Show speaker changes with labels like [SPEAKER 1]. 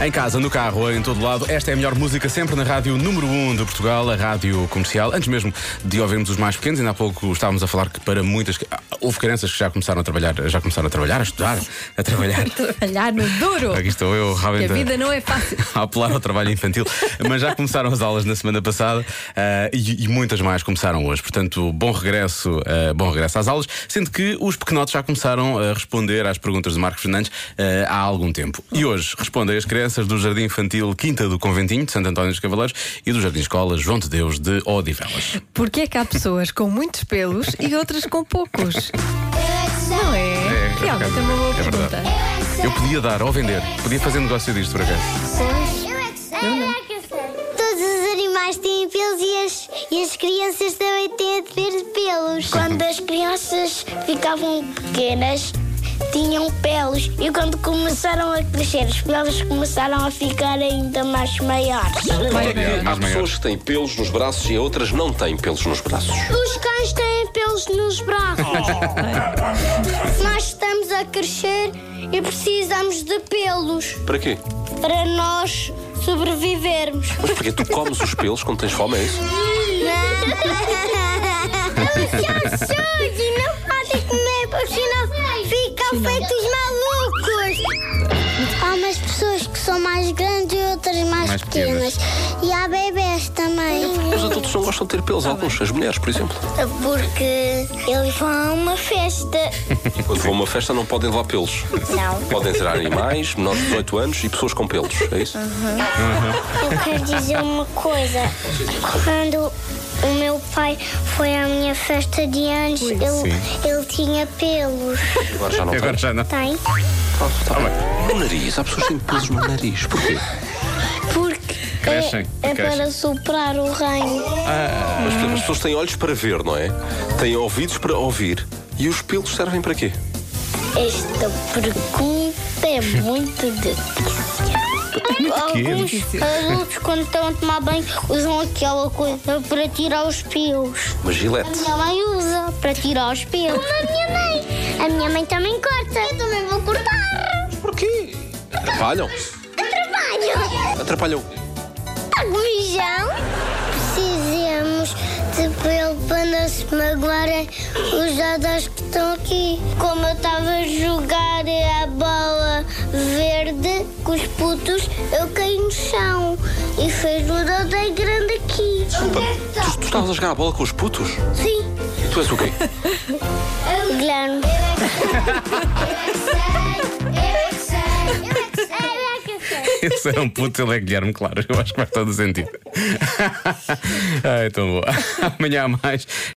[SPEAKER 1] Em casa, no carro, ou em todo lado, esta é a melhor música sempre na rádio número 1 um de Portugal, a rádio comercial. Antes mesmo de ouvirmos os mais pequenos, ainda há pouco estávamos a falar que para muitas. Houve crianças que já começaram a trabalhar, já começaram a trabalhar, a estudar, a trabalhar.
[SPEAKER 2] Trabalhar no duro.
[SPEAKER 1] Aqui estou eu,
[SPEAKER 2] Que
[SPEAKER 1] realmente.
[SPEAKER 2] a vida não é fácil.
[SPEAKER 1] a apelar ao trabalho infantil, mas já começaram as aulas na semana passada ah, e, e muitas mais começaram hoje. Portanto, bom regresso, ah, bom regresso às aulas, sendo que os pequenotes já começaram a responder às perguntas de Marcos Fernandes ah, há algum tempo. E hoje respondem as crianças do Jardim Infantil Quinta do Conventinho de Santo António dos Cavaleiros e do Jardim Escola João de Deus de Odivelas.
[SPEAKER 2] Porquê é que há pessoas com muitos pelos e outras com poucos? Não é? Realmente é uma boa
[SPEAKER 1] é verdade.
[SPEAKER 2] pergunta.
[SPEAKER 1] Eu podia dar ou vender, podia fazer negócio disto por acaso.
[SPEAKER 3] Todos os animais têm pelos e as, e as crianças também têm de ter pelos. Quando as crianças ficavam pequenas, tinham pelos. E quando começaram a crescer, os pelos começaram a ficar ainda mais maiores.
[SPEAKER 2] Mais
[SPEAKER 1] Há
[SPEAKER 2] bem.
[SPEAKER 1] mais
[SPEAKER 4] Há
[SPEAKER 1] maiores.
[SPEAKER 4] pessoas que têm pelos nos braços e outras não têm pelos nos braços.
[SPEAKER 3] Os cães têm pelos nos braços. Nós estamos a crescer e precisamos de pelos
[SPEAKER 4] Para quê?
[SPEAKER 3] para nós sobrevivermos.
[SPEAKER 4] Mas porque tu comes os pelos quando tens fome, é isso?
[SPEAKER 3] Não se ajude, não pode comer, porque senão ficam feitos malucos. Há umas pessoas que são mais grandes e outras mais,
[SPEAKER 1] Mais pequenas.
[SPEAKER 3] pequenas. E há bebês também.
[SPEAKER 4] Os adultos não gostam de ter pelos, alguns, as mulheres, por exemplo.
[SPEAKER 3] Porque eles vão a uma festa.
[SPEAKER 4] Quando vão a uma festa não podem levar pelos.
[SPEAKER 3] Não.
[SPEAKER 4] Podem ter animais, menores de 18 anos e pessoas com pelos, é isso?
[SPEAKER 3] Eu quero dizer uma coisa. Quando o meu pai foi à minha festa de anos, ele, ele tinha pelos.
[SPEAKER 4] Agora já não têm.
[SPEAKER 1] Agora já não.
[SPEAKER 3] Tem?
[SPEAKER 4] Ah, tá bem. No nariz, há pessoas que têm pelos no nariz. Porquê?
[SPEAKER 3] Porque
[SPEAKER 1] Crescem,
[SPEAKER 3] é, é
[SPEAKER 1] crescem.
[SPEAKER 3] para soprar o reino.
[SPEAKER 4] Mas, por exemplo, as pessoas têm olhos para ver, não é? Têm ouvidos para ouvir. E os pelos servem para quê?
[SPEAKER 3] Esta pergunta é muito difícil. Alguns adultos, quando estão a tomar banho, usam aquela coisa para tirar os pelos.
[SPEAKER 4] Uma
[SPEAKER 3] A
[SPEAKER 4] gilete.
[SPEAKER 3] minha mãe usa para tirar os pelos. A minha mãe. A minha mãe também corta. Eu também vou cortar.
[SPEAKER 4] Porquê? Atrapalham.
[SPEAKER 3] Trabalho.
[SPEAKER 4] Atrapalham.
[SPEAKER 3] Pago mijão. Precisamos de pelo para não se magoarem os dados que estão aqui. Como eu estava a jogar a bola verde com os putos, eu caí no chão e fez um dado grande aqui.
[SPEAKER 4] Tu, tu estavas a jogar a bola com os putos?
[SPEAKER 3] Sim.
[SPEAKER 4] Tu és o quê?
[SPEAKER 3] Guilherme.
[SPEAKER 1] Esse é um puto, ele é Guilherme, claro. Eu acho que faz todo o sentido. Ai, tão bom. Amanhã há mais.